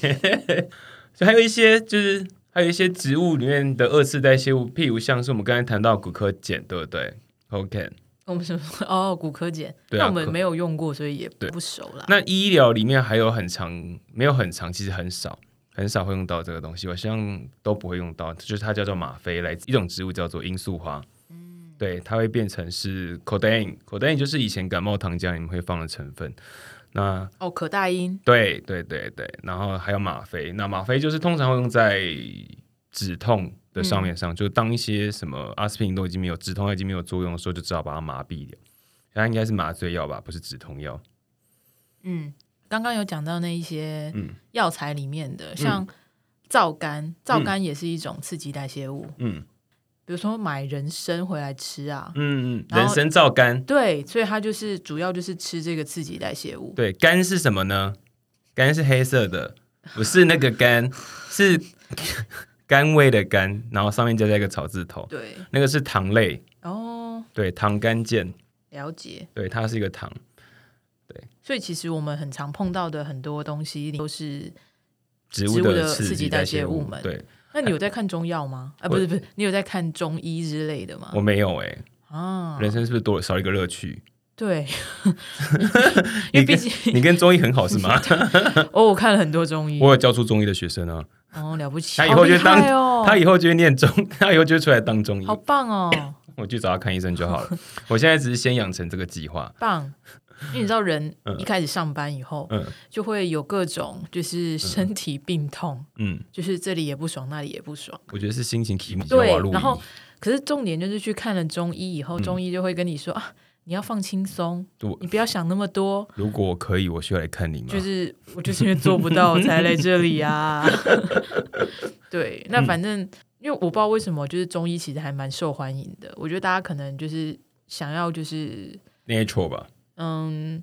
[SPEAKER 2] 就还有一些就是还有一些植物里面的二次代谢物，譬如像是我们刚才谈到骨科碱，对不对？OK，
[SPEAKER 1] 我们什么？哦，骨科碱，
[SPEAKER 2] 对啊
[SPEAKER 1] 那我们
[SPEAKER 2] 可
[SPEAKER 1] 没有用过，所以也
[SPEAKER 2] 对
[SPEAKER 1] 不熟啦。
[SPEAKER 2] 那医疗里面还有很长，没有很长，其实很少。很少会用到这个东西，我希望都不会用到。就是它叫做吗啡，来自一种植物叫做罂粟花。对，它会变成是 codeine，codeine 就是以前感冒糖浆里面会放的成分。那
[SPEAKER 1] 哦，可大因，
[SPEAKER 2] 对对对对，然后还有吗啡，那吗啡就是通常会用在止痛的上面上，就当一些什么阿司匹林都已经没有止痛药已经没有作用的时候，就只好把它麻痹掉。它应该是麻醉药吧，不是止痛药。
[SPEAKER 1] 嗯，刚刚有讲到那一些
[SPEAKER 2] 嗯
[SPEAKER 1] 药材里面的，像皂苷，皂苷也是一种刺激代谢物，
[SPEAKER 2] 嗯
[SPEAKER 1] 比如说买人参回来吃啊，
[SPEAKER 2] 嗯嗯，
[SPEAKER 1] 然
[SPEAKER 2] 人
[SPEAKER 1] 后
[SPEAKER 2] 参皂苷，
[SPEAKER 1] 对，所以它就是主要就是吃这个刺激代谢物，
[SPEAKER 2] 对，肝是什么呢？肝是黑色的，不是那个肝，是甘味的甘，然后上面加在一个草字头，
[SPEAKER 1] 对，
[SPEAKER 2] 那个是糖类，
[SPEAKER 1] 哦，
[SPEAKER 2] 对，糖肝键，
[SPEAKER 1] 了解。
[SPEAKER 2] 对，它是一个糖。
[SPEAKER 1] 所以其实我们很常碰到的很多东西都是，
[SPEAKER 2] 植
[SPEAKER 1] 植
[SPEAKER 2] 物
[SPEAKER 1] 物
[SPEAKER 2] 的
[SPEAKER 1] 的刺
[SPEAKER 2] 激
[SPEAKER 1] 激
[SPEAKER 2] 代
[SPEAKER 1] 代
[SPEAKER 2] 谢
[SPEAKER 1] 谢
[SPEAKER 2] 物
[SPEAKER 1] 物们
[SPEAKER 2] 对，
[SPEAKER 1] 那你有在看中药吗？啊，不是不是，你有在看中医之类的吗
[SPEAKER 2] 我？没有哎、
[SPEAKER 1] 啊，
[SPEAKER 2] 人生是不是多了少了一个乐趣？
[SPEAKER 1] 对，因为毕
[SPEAKER 2] 你跟
[SPEAKER 1] 竟
[SPEAKER 2] 你跟中医很好 是吗？
[SPEAKER 1] 哦，我看了很多中医
[SPEAKER 2] 我，有教出中医的学生啊，
[SPEAKER 1] 哦，了不起，
[SPEAKER 2] 他以后就
[SPEAKER 1] 好
[SPEAKER 2] 当
[SPEAKER 1] 厉害哦，
[SPEAKER 2] 他以后就会念中， 他以后就会出来当中医
[SPEAKER 1] 好。棒哦，
[SPEAKER 2] 我去找他看医生就好了。我现在只是先养成这个计划。
[SPEAKER 1] 棒！因为你知道，人
[SPEAKER 2] 嗯
[SPEAKER 1] 一开始上班以后，
[SPEAKER 2] 嗯
[SPEAKER 1] 就会有各种就是身体病痛，
[SPEAKER 2] 嗯，
[SPEAKER 1] 就是这里也不爽，那里也不爽。
[SPEAKER 2] 我觉得是心情起比较
[SPEAKER 1] 对
[SPEAKER 2] 瓦，路易
[SPEAKER 1] 然后可是重点就是去看了中医以
[SPEAKER 2] 嗯
[SPEAKER 1] 后，中医就会跟你说啊，你要放轻松
[SPEAKER 2] 我，
[SPEAKER 1] 你不要想那么多。
[SPEAKER 2] 如果我可以，我需要来看你吗？
[SPEAKER 1] 就是我就是因为做不到，我才来这里 啊。对，
[SPEAKER 2] 嗯
[SPEAKER 1] 那反正、因为我不知道为什么，就是中医其实还蛮受欢迎的。我觉得大家可能就是想要就是
[SPEAKER 2] Nature 吧，
[SPEAKER 1] 嗯，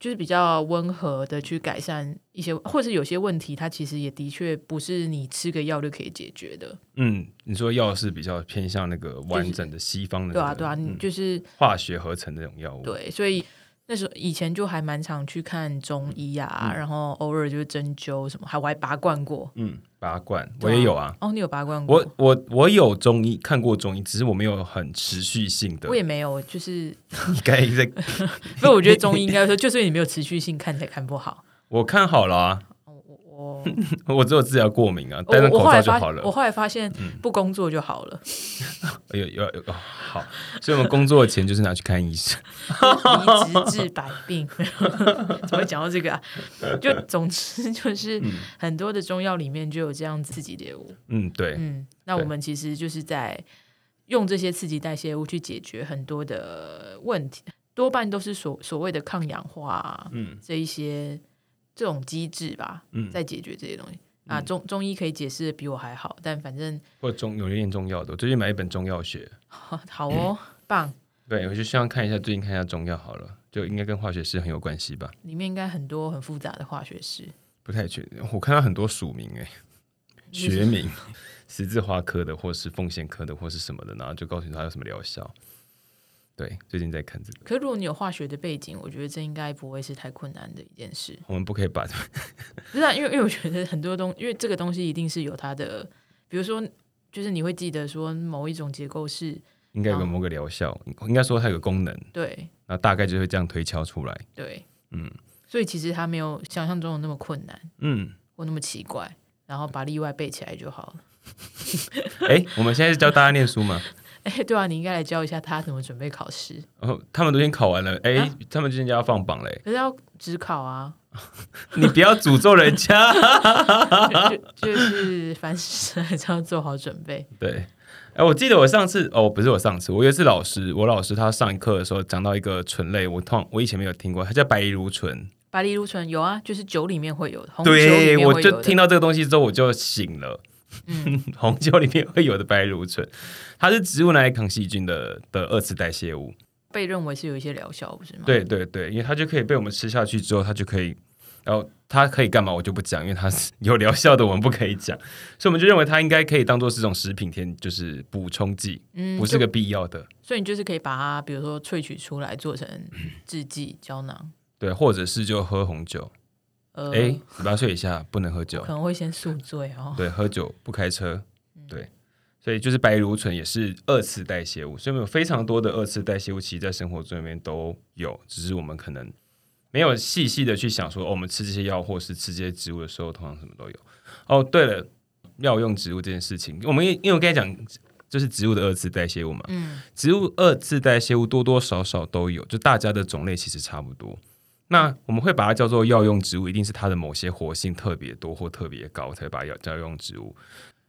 [SPEAKER 1] 就是比较温和的去改善一些，或者有些问题，它其实也的确不是你吃个药就可以解决的，
[SPEAKER 2] 嗯，你说药是比较偏向那个完整的西方的、
[SPEAKER 1] 对
[SPEAKER 2] 那
[SPEAKER 1] 啊，
[SPEAKER 2] 个
[SPEAKER 1] 对啊，你
[SPEAKER 2] 嗯
[SPEAKER 1] 就是
[SPEAKER 2] 化学合成的那种药物，，
[SPEAKER 1] 对，所以那时候以前就还蛮常去看中医啊，然后偶尔就是针灸什么，还我还拔罐过。
[SPEAKER 2] 嗯，拔罐我
[SPEAKER 1] 对啊
[SPEAKER 2] 也有啊，
[SPEAKER 1] 哦，你有拔罐过？
[SPEAKER 2] 我我我有中医看过中医，只是我没有很持续性的
[SPEAKER 1] 我，也没有， 就是，
[SPEAKER 2] 应该在
[SPEAKER 1] 所以我觉得中医应该说，就是你没有持续性看才看不好。
[SPEAKER 2] 我看好了啊，
[SPEAKER 1] 我我
[SPEAKER 2] 我只有治疗过敏啊，戴
[SPEAKER 1] 我
[SPEAKER 2] 上
[SPEAKER 1] 我
[SPEAKER 2] 口
[SPEAKER 1] 后来
[SPEAKER 2] 罩就
[SPEAKER 1] 发
[SPEAKER 2] 好了嗯
[SPEAKER 1] 我。后来发现不工作就好 了，
[SPEAKER 2] 有有有、哦，好，所以我们工作的钱就是拿去看医生。
[SPEAKER 1] 移植治百病。 怎么会讲到这 个啊？就总之就是很多的中药里面就有这样子刺激猎物。
[SPEAKER 2] 嗯，对，
[SPEAKER 1] 嗯，那
[SPEAKER 2] 对
[SPEAKER 1] 我们其实就是在用这些刺激代谢物去解决很多的问题，多半都是所所谓的抗氧化、啊
[SPEAKER 2] 嗯
[SPEAKER 1] 这一些这种机制吧，
[SPEAKER 2] 嗯
[SPEAKER 1] 在解决这些东西。啊，中中医可以解释的比我还好，但反正
[SPEAKER 2] 或者中有一点中药的，我最近买一本中药学，
[SPEAKER 1] 好好
[SPEAKER 2] 嗯
[SPEAKER 1] 哦，棒，嗯
[SPEAKER 2] 对，我就希望看一下最近看一下中药好了，就应该跟化学师很有关系吧？
[SPEAKER 1] 里面应该很多很复杂的化学式。
[SPEAKER 2] 不太确定，我看到很多署名 哎、学名， 十字花科的，或是凤仙科的，或是什么的，然后就告诉你它有什么疗效。对，最近在看这个，
[SPEAKER 1] 可如果你有化学的背景，我觉得这应该不会是太困难的一件事。
[SPEAKER 2] 我们不可以把
[SPEAKER 1] 不是、啊，因为因为我觉得很多东，因为这个东西一定是有它的，比如说，就是你会记得说某一种结构是
[SPEAKER 2] 应该有个某个疗效，应该说它有个功能，
[SPEAKER 1] 对
[SPEAKER 2] 然后大概就会这样推敲出来。
[SPEAKER 1] 对，
[SPEAKER 2] 嗯，
[SPEAKER 1] 所以其实它没有想象中的那么困难
[SPEAKER 2] 嗯，
[SPEAKER 1] 或那么奇怪，然后把例外背起来就好了。
[SPEAKER 2] 哎、我们现在是教大家念书吗？
[SPEAKER 1] 哎，对啊，你应该来教一下他怎么准备考试，
[SPEAKER 2] 然后哦他们都已经考完了，哎、
[SPEAKER 1] 啊
[SPEAKER 2] 他们今天就要放榜嘞！
[SPEAKER 1] 可是要只考 啊，
[SPEAKER 2] 你不要诅咒人家。
[SPEAKER 1] 就就是凡事还是要做好准备。
[SPEAKER 2] 对，哎、我记得我上次哦，不是我上次，我有一次老师，我老师他上课的时候讲到一个醇类，我通我以前没有听过，它叫白藜芦醇。
[SPEAKER 1] 白藜芦醇有啊，就是酒里面会有的，红酒里
[SPEAKER 2] 对，
[SPEAKER 1] 面
[SPEAKER 2] 我
[SPEAKER 1] 会有
[SPEAKER 2] 就
[SPEAKER 1] 的。嗯
[SPEAKER 2] 听到这个东西之后我就醒了。 红酒里面会有的白藜芦醇，它是植物拿来抗细菌的的二次代谢物。
[SPEAKER 1] 被认为是有一些疗效，不是吗？，
[SPEAKER 2] 对对对，因为它就可以被我们吃下去之后，它就可以，然后它可以干嘛我就不讲，因为它是 有疗效的，我们不可以讲，所以我们就认为它应该可以当做是一种食品添，就是补充剂，
[SPEAKER 1] 嗯，
[SPEAKER 2] 不是个必要的。
[SPEAKER 1] 所以你就是可以把它，比如说萃取出来做成制剂胶囊。
[SPEAKER 2] 对，或者是就喝红酒，
[SPEAKER 1] 呃，
[SPEAKER 2] 哎、十八岁以下不能喝酒
[SPEAKER 1] 可，能会先宿醉哦。
[SPEAKER 2] 对，喝酒不开车，对，所以就是白芦醇也是二次代谢物，所以我们有非常多的二次代谢物，其实在生活中里面都有，只是我们可能没有细细的去想说，哦，我们吃这些药或是吃这些植物的时候，通常什么都有。哦，对了，药用植物这件事情，我们因因为我刚才讲。就是植物的二次代谢物嘛，
[SPEAKER 1] 嗯，
[SPEAKER 2] 植物二次代谢物多多少少都有，就大家的种类其实差不多。那我们会把它叫做药用植物，一定是它的某些活性特别多或特别高，才会把它叫药用植物。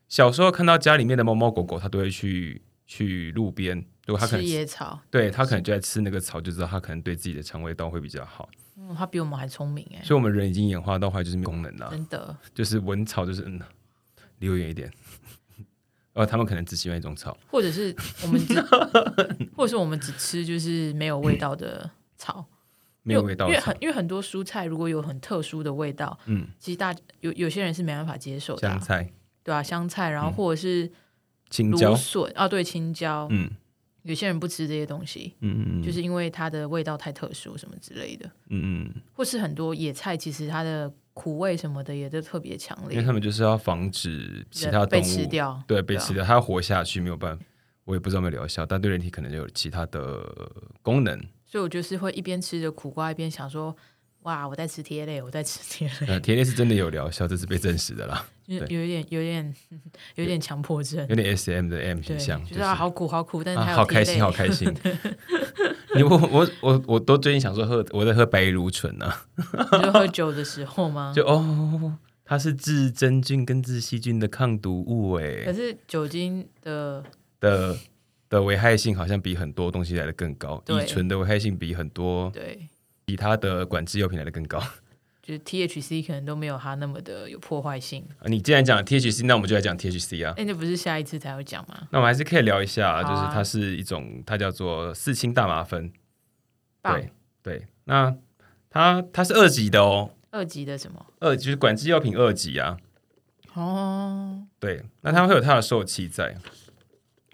[SPEAKER 2] 小时候看到家里面的猫猫狗狗，它都会去去路边，如果它可
[SPEAKER 1] 吃
[SPEAKER 2] 能
[SPEAKER 1] 野草，
[SPEAKER 2] 对它可能就在吃那个草，就知道它可能对自己的肠胃道会比较好。
[SPEAKER 1] 嗯，它比我们还聪明哎，
[SPEAKER 2] 所以我们人已经演化到后来就是没功能了、
[SPEAKER 1] 真的。
[SPEAKER 2] 就是闻草就是嗯，离我远一点。 哦，他们可能只喜欢一种草，
[SPEAKER 1] 或者是我们只， 或者是我们只吃就是没有味道的草，
[SPEAKER 2] 没有味道
[SPEAKER 1] 因
[SPEAKER 2] 的
[SPEAKER 1] 为
[SPEAKER 2] 草
[SPEAKER 1] 很，因为很多蔬菜如果有很特殊的味道，
[SPEAKER 2] 嗯，
[SPEAKER 1] 其实大有有些人是没办法接受的啊、
[SPEAKER 2] 香菜、
[SPEAKER 1] 对啊，香菜，然后或者是
[SPEAKER 2] 嗯青椒
[SPEAKER 1] 芦，笋啊，对，青椒，
[SPEAKER 2] 嗯
[SPEAKER 1] 有些人不吃这些东西，
[SPEAKER 2] 嗯嗯嗯，
[SPEAKER 1] 就是因为它的味道太特殊什么之类的。
[SPEAKER 2] 嗯嗯，
[SPEAKER 1] 或是很多野菜，其实它的苦味什么的也都特别强
[SPEAKER 2] 因为
[SPEAKER 1] 烈，
[SPEAKER 2] 他们就是要防止其他动
[SPEAKER 1] 被
[SPEAKER 2] 物
[SPEAKER 1] 吃掉。
[SPEAKER 2] 对被
[SPEAKER 1] 对啊
[SPEAKER 2] 吃掉，它要活下去没有办法。我也不知道有没有疗效，但对人体可能有其他的呃功能。
[SPEAKER 1] 所以我就是会一边吃着苦瓜，一边想说，哇，我在吃贴类，我在吃贴类，
[SPEAKER 2] 呃，甜类是真的有疗效，这是被证实的啦，
[SPEAKER 1] 就是有一点、有一点、有一点强迫症。
[SPEAKER 2] 有点 S M 的 M
[SPEAKER 1] 对，
[SPEAKER 2] 形象，
[SPEAKER 1] 就是
[SPEAKER 2] 是
[SPEAKER 1] 啊好苦好苦，但是
[SPEAKER 2] 啊
[SPEAKER 1] 它有
[SPEAKER 2] 好
[SPEAKER 1] 贴
[SPEAKER 2] 开
[SPEAKER 1] 类
[SPEAKER 2] 心，好开心。你我我我我都最近想说喝，我在喝白芦醇呢、啊，
[SPEAKER 1] 就是 喝酒的时候吗？
[SPEAKER 2] 就哦，它是治真菌跟治细菌的抗毒物
[SPEAKER 1] 可
[SPEAKER 2] 诶
[SPEAKER 1] 是酒精的
[SPEAKER 2] 的的危害性好像比很多东西来的更高，
[SPEAKER 1] 对
[SPEAKER 2] 乙醇的危害性比很多
[SPEAKER 1] 对，
[SPEAKER 2] 比它的管制药品来的更高。 啊
[SPEAKER 1] 就是 THC 可能都没有它那么的有破坏性。
[SPEAKER 2] 你既然讲 THC，那我们就来讲 THC 啊。
[SPEAKER 1] 哎，那不是下一次才会讲吗？
[SPEAKER 2] 那我们还是可以聊一下，
[SPEAKER 1] 好
[SPEAKER 2] 就
[SPEAKER 1] 啊
[SPEAKER 2] 是它是一种，它叫做四氢大麻酚。
[SPEAKER 1] 棒
[SPEAKER 2] 对对，那它它是二级的哦，
[SPEAKER 1] 二级的什么？
[SPEAKER 2] 二就是管制药品二级啊。
[SPEAKER 1] 哦，
[SPEAKER 2] 对，那它会有它的受气在，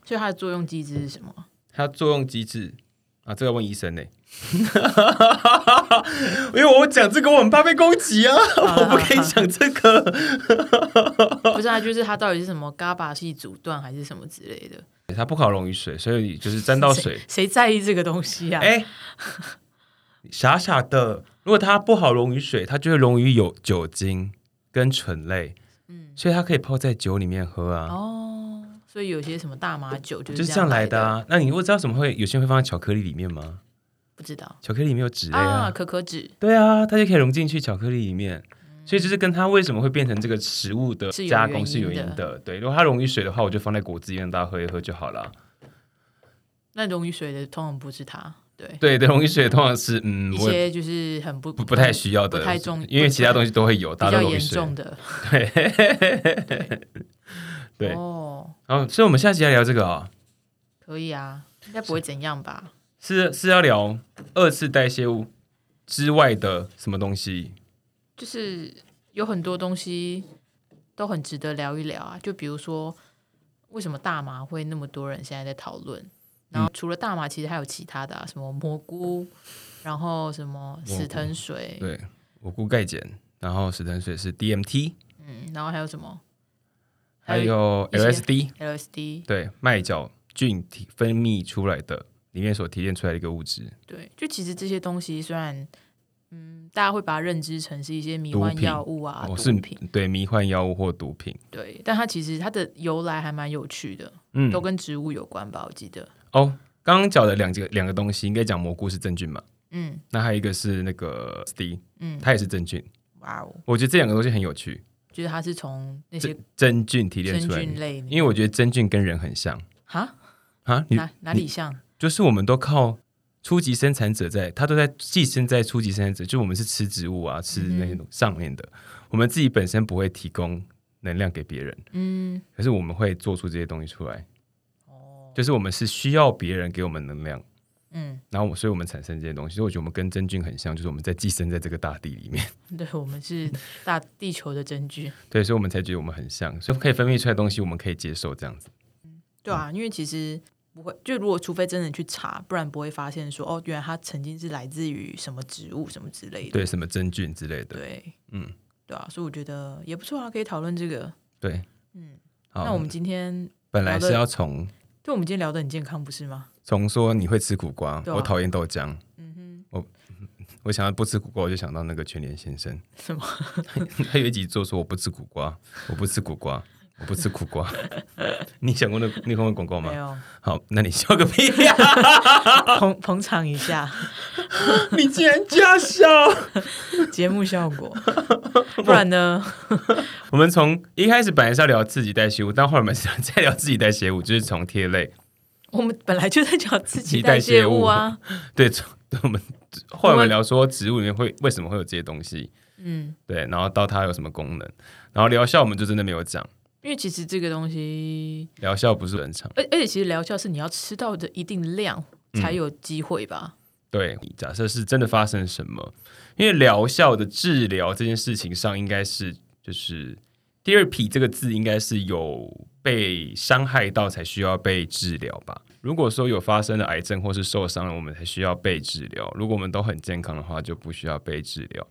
[SPEAKER 1] 所以它的作用机制是什么？
[SPEAKER 2] 它作用机制啊，这个要问医生呢、 因为我讲这个我很怕被攻击啊， 我不可以讲这个。
[SPEAKER 1] 不是啊，就是它到底是什么 GABA 系阻断还是什么之类的？
[SPEAKER 2] 它不好溶于水，所以就是沾到水，
[SPEAKER 1] 谁在意这个东西啊？
[SPEAKER 2] 哎、傻傻的，如果它不好溶于水，它就会溶于有酒精跟醇类，
[SPEAKER 1] 嗯，
[SPEAKER 2] 所以它可以泡在酒里面喝啊，
[SPEAKER 1] 哦，所以有些什么大麻酒就
[SPEAKER 2] 就是是这
[SPEAKER 1] 样
[SPEAKER 2] 样来
[SPEAKER 1] 的
[SPEAKER 2] 的，啊。那你会知道怎么会有些人会放在巧克力里面吗？
[SPEAKER 1] 不知道
[SPEAKER 2] 巧克力里面有脂类啊，
[SPEAKER 1] 啊，可可脂
[SPEAKER 2] 对啊，它就可以融进去巧克力里面。所以就是跟它为什么会变成这个食物的
[SPEAKER 1] 嗯是有
[SPEAKER 2] 加工是有
[SPEAKER 1] 原因的
[SPEAKER 2] 因的，对。如果它溶于水的话，我就放在果汁里面大家喝一喝就好了。
[SPEAKER 1] 那溶于水的通常不是它，对，
[SPEAKER 2] 对对，溶于水通常是嗯
[SPEAKER 1] 一，
[SPEAKER 2] 我也
[SPEAKER 1] 些就是很不
[SPEAKER 2] 不不太需要的，
[SPEAKER 1] 嗯不太重，
[SPEAKER 2] 因为其他东
[SPEAKER 1] 西
[SPEAKER 2] 西都会有，
[SPEAKER 1] 比
[SPEAKER 2] 大家
[SPEAKER 1] 较
[SPEAKER 2] 都溶于
[SPEAKER 1] 严
[SPEAKER 2] 水。
[SPEAKER 1] 重的，
[SPEAKER 2] 对
[SPEAKER 1] 哦，
[SPEAKER 2] 然后，所以我们下期来聊这个啊、
[SPEAKER 1] 可以啊，应该不会怎样吧？
[SPEAKER 2] 是是要聊二次代谢物之外的什么东西？
[SPEAKER 1] 就是有很多东西都很值得聊一聊啊。就比如说，为什么大麻会那么多人现在在讨论？然后
[SPEAKER 2] 嗯
[SPEAKER 1] 除了大麻，其实还有其他的、啊，什么蘑菇，然后什么死藤水，
[SPEAKER 2] 对，我估钙碱，然后死藤水是 DMT，
[SPEAKER 1] 嗯，然后还有什么？
[SPEAKER 2] 还有
[SPEAKER 1] 一些
[SPEAKER 2] LSD，
[SPEAKER 1] LSD，
[SPEAKER 2] 对，麦角菌体分泌出来的，里面所提炼出来的一个物质，
[SPEAKER 1] 对，就其实这些东西虽然，嗯，大家会把它认知成是一些迷
[SPEAKER 2] 毒
[SPEAKER 1] 幻
[SPEAKER 2] 品
[SPEAKER 1] 药物啊、
[SPEAKER 2] 我
[SPEAKER 1] 毒
[SPEAKER 2] 是
[SPEAKER 1] 品，
[SPEAKER 2] 对迷幻药物或毒品。
[SPEAKER 1] 对，但它其实它的由来还蛮有趣的，
[SPEAKER 2] 嗯，
[SPEAKER 1] 都跟植物有关吧，我记得，
[SPEAKER 2] 哦，刚刚讲的两个两个东西，应该讲蘑菇是真菌嘛，
[SPEAKER 1] 嗯
[SPEAKER 2] 那还有一个是那个 SD，
[SPEAKER 1] 嗯，
[SPEAKER 2] 它也是真菌。
[SPEAKER 1] 哇哦，
[SPEAKER 2] 我觉得这两个东西很有趣，
[SPEAKER 1] 就是它是从那些
[SPEAKER 2] 真真菌提炼
[SPEAKER 1] 真
[SPEAKER 2] 出来的
[SPEAKER 1] 菌，类里面
[SPEAKER 2] 因为我觉得真菌跟人很像
[SPEAKER 1] 啊，
[SPEAKER 2] 啊，你
[SPEAKER 1] 哪哪里像？
[SPEAKER 2] 就是我们都靠初级生产者在，他都在寄生在初级生产者，就我们是吃植物
[SPEAKER 1] 嗯
[SPEAKER 2] 啊，吃那些上面的，我们自己本身不会提供能量给别人，
[SPEAKER 1] 嗯，
[SPEAKER 2] 可是我们会做出这些东西出来，
[SPEAKER 1] 哦，
[SPEAKER 2] 就是我们是需要别人给我们能量。
[SPEAKER 1] 嗯，
[SPEAKER 2] 然后我，所以我们产生这些东西，所以我觉得我们跟真菌很像，就是我们在寄生在这个大地里面，
[SPEAKER 1] 对，我们是大地球的真菌，
[SPEAKER 2] 对，所以我们才觉得我们很像，所以可以分泌出来的东西，我们可以接受这样子。
[SPEAKER 1] 对啊，因为其实。不会，就如果除非真的去查，不然不会发现说哦，原来它曾经是来自于什么植物什么之类的。
[SPEAKER 2] 对，什么真菌之类的，
[SPEAKER 1] 对，
[SPEAKER 2] 嗯，
[SPEAKER 1] 对啊，所以我觉得也不错啊，可以讨论这个。
[SPEAKER 2] 对，
[SPEAKER 1] 嗯，
[SPEAKER 2] 好，
[SPEAKER 1] 那我们今天，
[SPEAKER 2] 本来是要从
[SPEAKER 1] 就我们今天聊得很健康，不是吗？
[SPEAKER 2] 从说你会吃苦瓜，
[SPEAKER 1] 对啊
[SPEAKER 2] 我讨厌豆浆，
[SPEAKER 1] 嗯
[SPEAKER 2] 我想到不吃苦瓜，我就想到那个全联先生，
[SPEAKER 1] 哼， 什么？
[SPEAKER 2] 他有一集做说我不吃苦瓜，我不吃苦瓜，我不吃苦瓜。 你想过那那个广告
[SPEAKER 1] 没
[SPEAKER 2] 吗？
[SPEAKER 1] 有，
[SPEAKER 2] 好，那你笑个屁 呀、
[SPEAKER 1] 捧捧场一下
[SPEAKER 2] 你竟然假笑！
[SPEAKER 1] 节目效果，不然呢？
[SPEAKER 2] 我们从一开始本来是要聊自己带鞋物，但后来我们想再聊自己带鞋物，就是从贴类
[SPEAKER 1] 我们本来就在讲自己
[SPEAKER 2] 期待
[SPEAKER 1] 代谢
[SPEAKER 2] 谢物
[SPEAKER 1] 物啊，
[SPEAKER 2] 对，从我们后来我们聊说植物里面会为什么会有这些东西，
[SPEAKER 1] 嗯，
[SPEAKER 2] 对，然后到它有什么功能，然后疗效我们就真的没有讲，
[SPEAKER 1] 因为其实这个东西，
[SPEAKER 2] 疗效不是很长。
[SPEAKER 1] 而而且其实疗效是你要吃到的一定量才有机会吧？
[SPEAKER 2] 对，假设是真的发生什么，因为疗效的治疗这件事情上，应该是就是第二 p 这个字应该是有被伤害到才需要被治疗吧。如果说有发生了癌症或是受伤了，我们才需要被治疗。如果我们都很健康的话，就不需要被治疗。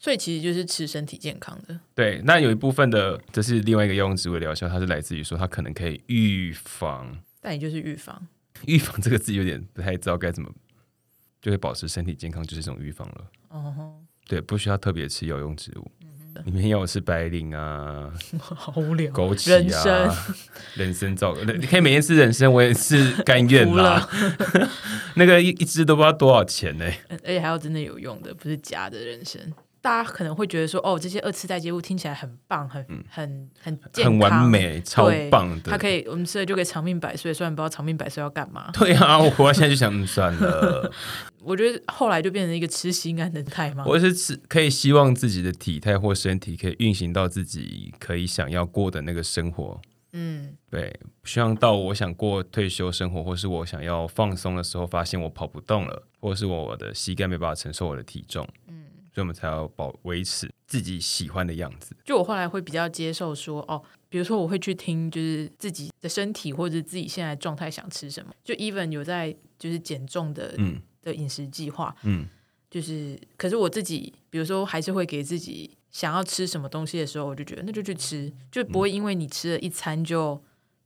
[SPEAKER 1] 所以其实就是吃身体健康的，
[SPEAKER 2] 对，那有一部分的，这是另外一个药用植物的疗效，它是来自于说它可能可以预防。
[SPEAKER 1] 但也就是预防。
[SPEAKER 2] 预防这个字有点不太知道该怎么，就会保持身体健康，就是一种预防了。
[SPEAKER 1] 哦嗯吼，
[SPEAKER 2] 对，不需要特别吃有用植物，里面要有是白磷啊、
[SPEAKER 1] 好无聊，
[SPEAKER 2] 枸
[SPEAKER 1] 嗯
[SPEAKER 2] 杞
[SPEAKER 1] 人
[SPEAKER 2] 啊
[SPEAKER 1] 参、
[SPEAKER 2] 人参皂，你可以每天吃人参，我也是甘 愿
[SPEAKER 1] 服
[SPEAKER 2] 啦
[SPEAKER 1] 了。
[SPEAKER 2] 那个一一只都不知道多少钱呢、
[SPEAKER 1] 嗯而且还要真的有用的，不是假的人生。大家可能会觉得说，哦，这些二次代接物听起来很棒，很、很很健
[SPEAKER 2] 嗯很
[SPEAKER 1] 康，
[SPEAKER 2] 完，美，超棒
[SPEAKER 1] 它
[SPEAKER 2] 的。
[SPEAKER 1] 可以，我们吃了就可以长命百岁。虽然不知道长命百岁要干嘛，
[SPEAKER 2] 对啊，我现在就想，嗯，算了，
[SPEAKER 1] 我觉得后来就变成一个吃心安能态嘛。
[SPEAKER 2] 我是吃可以希望自己的体态或身体可以运行到自己可以想要过的那个生活。
[SPEAKER 1] 嗯，
[SPEAKER 2] 对，希望到我想过退休生活，或是我想要放松的时候，发现我跑不动了，或是我的膝盖没办法承受我的体重，嗯，所以我们才要保维持自己喜欢的样子。
[SPEAKER 1] 就我后来会比较接受说，哦，比如说我会去听，就是自己的身体或者自己现在状态想吃什么。就 even 有在就是减重的、
[SPEAKER 2] 嗯
[SPEAKER 1] 的饮食计划，
[SPEAKER 2] 嗯，
[SPEAKER 1] 就是可是我自己，比如说还是会给自己想要吃什么东西的时候，我就觉得那就去吃，就不会
[SPEAKER 2] 嗯
[SPEAKER 1] 因为你吃了一餐就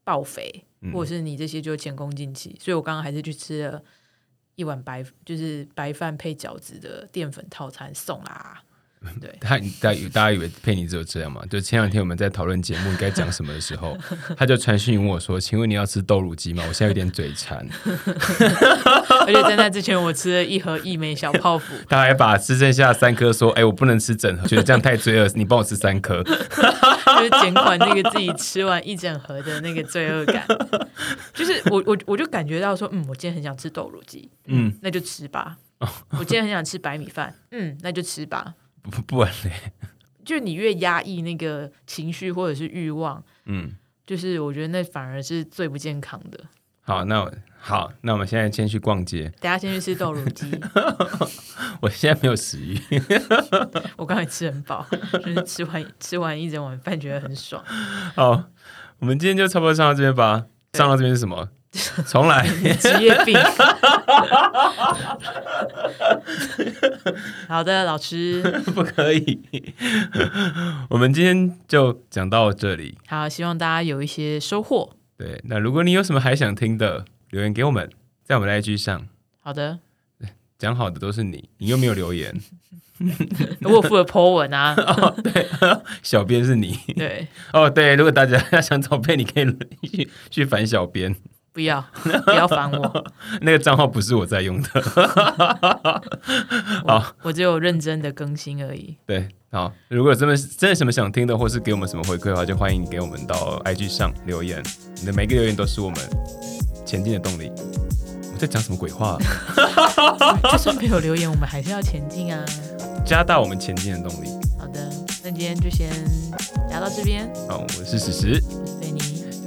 [SPEAKER 1] 爆肥，或者是你这些就前功尽弃。所以我刚刚还是去吃了。一碗白就是白饭配饺子的淀粉套餐送啊啦，
[SPEAKER 2] 他大家大家以为佩妮只有这样嘛？就前两天我们在讨论节目应该讲什么的时候，他就传讯问我说：“请问你要吃豆乳鸡吗？我现在有点嘴馋。”
[SPEAKER 1] 而且在那之前，我吃了一盒益美小泡 芙，
[SPEAKER 2] 他还把吃剩下三颗说：“哎、我不能吃整盒，觉得这样太罪恶，你帮我吃三颗。
[SPEAKER 1] 就是减缓那个自己吃完一整盒的那个罪恶感。就是我我我就感觉到说，嗯，我今天很想吃豆乳鸡，
[SPEAKER 2] 嗯，哦
[SPEAKER 1] 那就吃吧。我今天很想吃白米饭，嗯，那就吃吧。
[SPEAKER 2] 不”不不然嘞，
[SPEAKER 1] 就是你越压抑那个情绪或者是欲望，
[SPEAKER 2] 嗯，
[SPEAKER 1] 就是我觉得那反而是最不健康的。
[SPEAKER 2] 好，那我好，那我们现在先去逛街。
[SPEAKER 1] 大家先去吃豆乳鸡，
[SPEAKER 2] 我现在没有食欲，
[SPEAKER 1] 我刚才吃很饱，就是吃完吃完一整碗饭觉得很爽。
[SPEAKER 2] 好，我们今天就差不多上到这边吧。
[SPEAKER 1] 对
[SPEAKER 2] 上到这边是什么？重来。
[SPEAKER 1] 职业病。好的，老 师，
[SPEAKER 2] 不可以。我们今天就讲到这里。
[SPEAKER 1] 好，希望大家有一些收获。
[SPEAKER 2] 对，那如果你有什么还想听的，留言给我们，在我们的 IG 上
[SPEAKER 1] 好 的，
[SPEAKER 2] 讲好的都是你，你又没有留言，
[SPEAKER 1] 我有附了 po 文啊，
[SPEAKER 2] 小编是你。
[SPEAKER 1] 对，
[SPEAKER 2] 哦，对，如果大家 想找配，你可以去去烦小编，
[SPEAKER 1] 不要不要烦 我，
[SPEAKER 2] 那个账号不是我在用的。好，
[SPEAKER 1] 我只有认真的更新而 已。
[SPEAKER 2] 对，好，如果有真的真的什么想听的，或是给我们什么回馈的话，就欢迎给我们到 IG 上留言，你的每个留言都是我们前进的动力。我在讲什么鬼 话啊、
[SPEAKER 1] 就算没有留言，我们还是要前进啊。
[SPEAKER 2] 加大我们前进的动力。
[SPEAKER 1] 好的，那今天就先聊到这边，
[SPEAKER 2] 好，我是史实，
[SPEAKER 1] 我是贝尼，
[SPEAKER 2] 下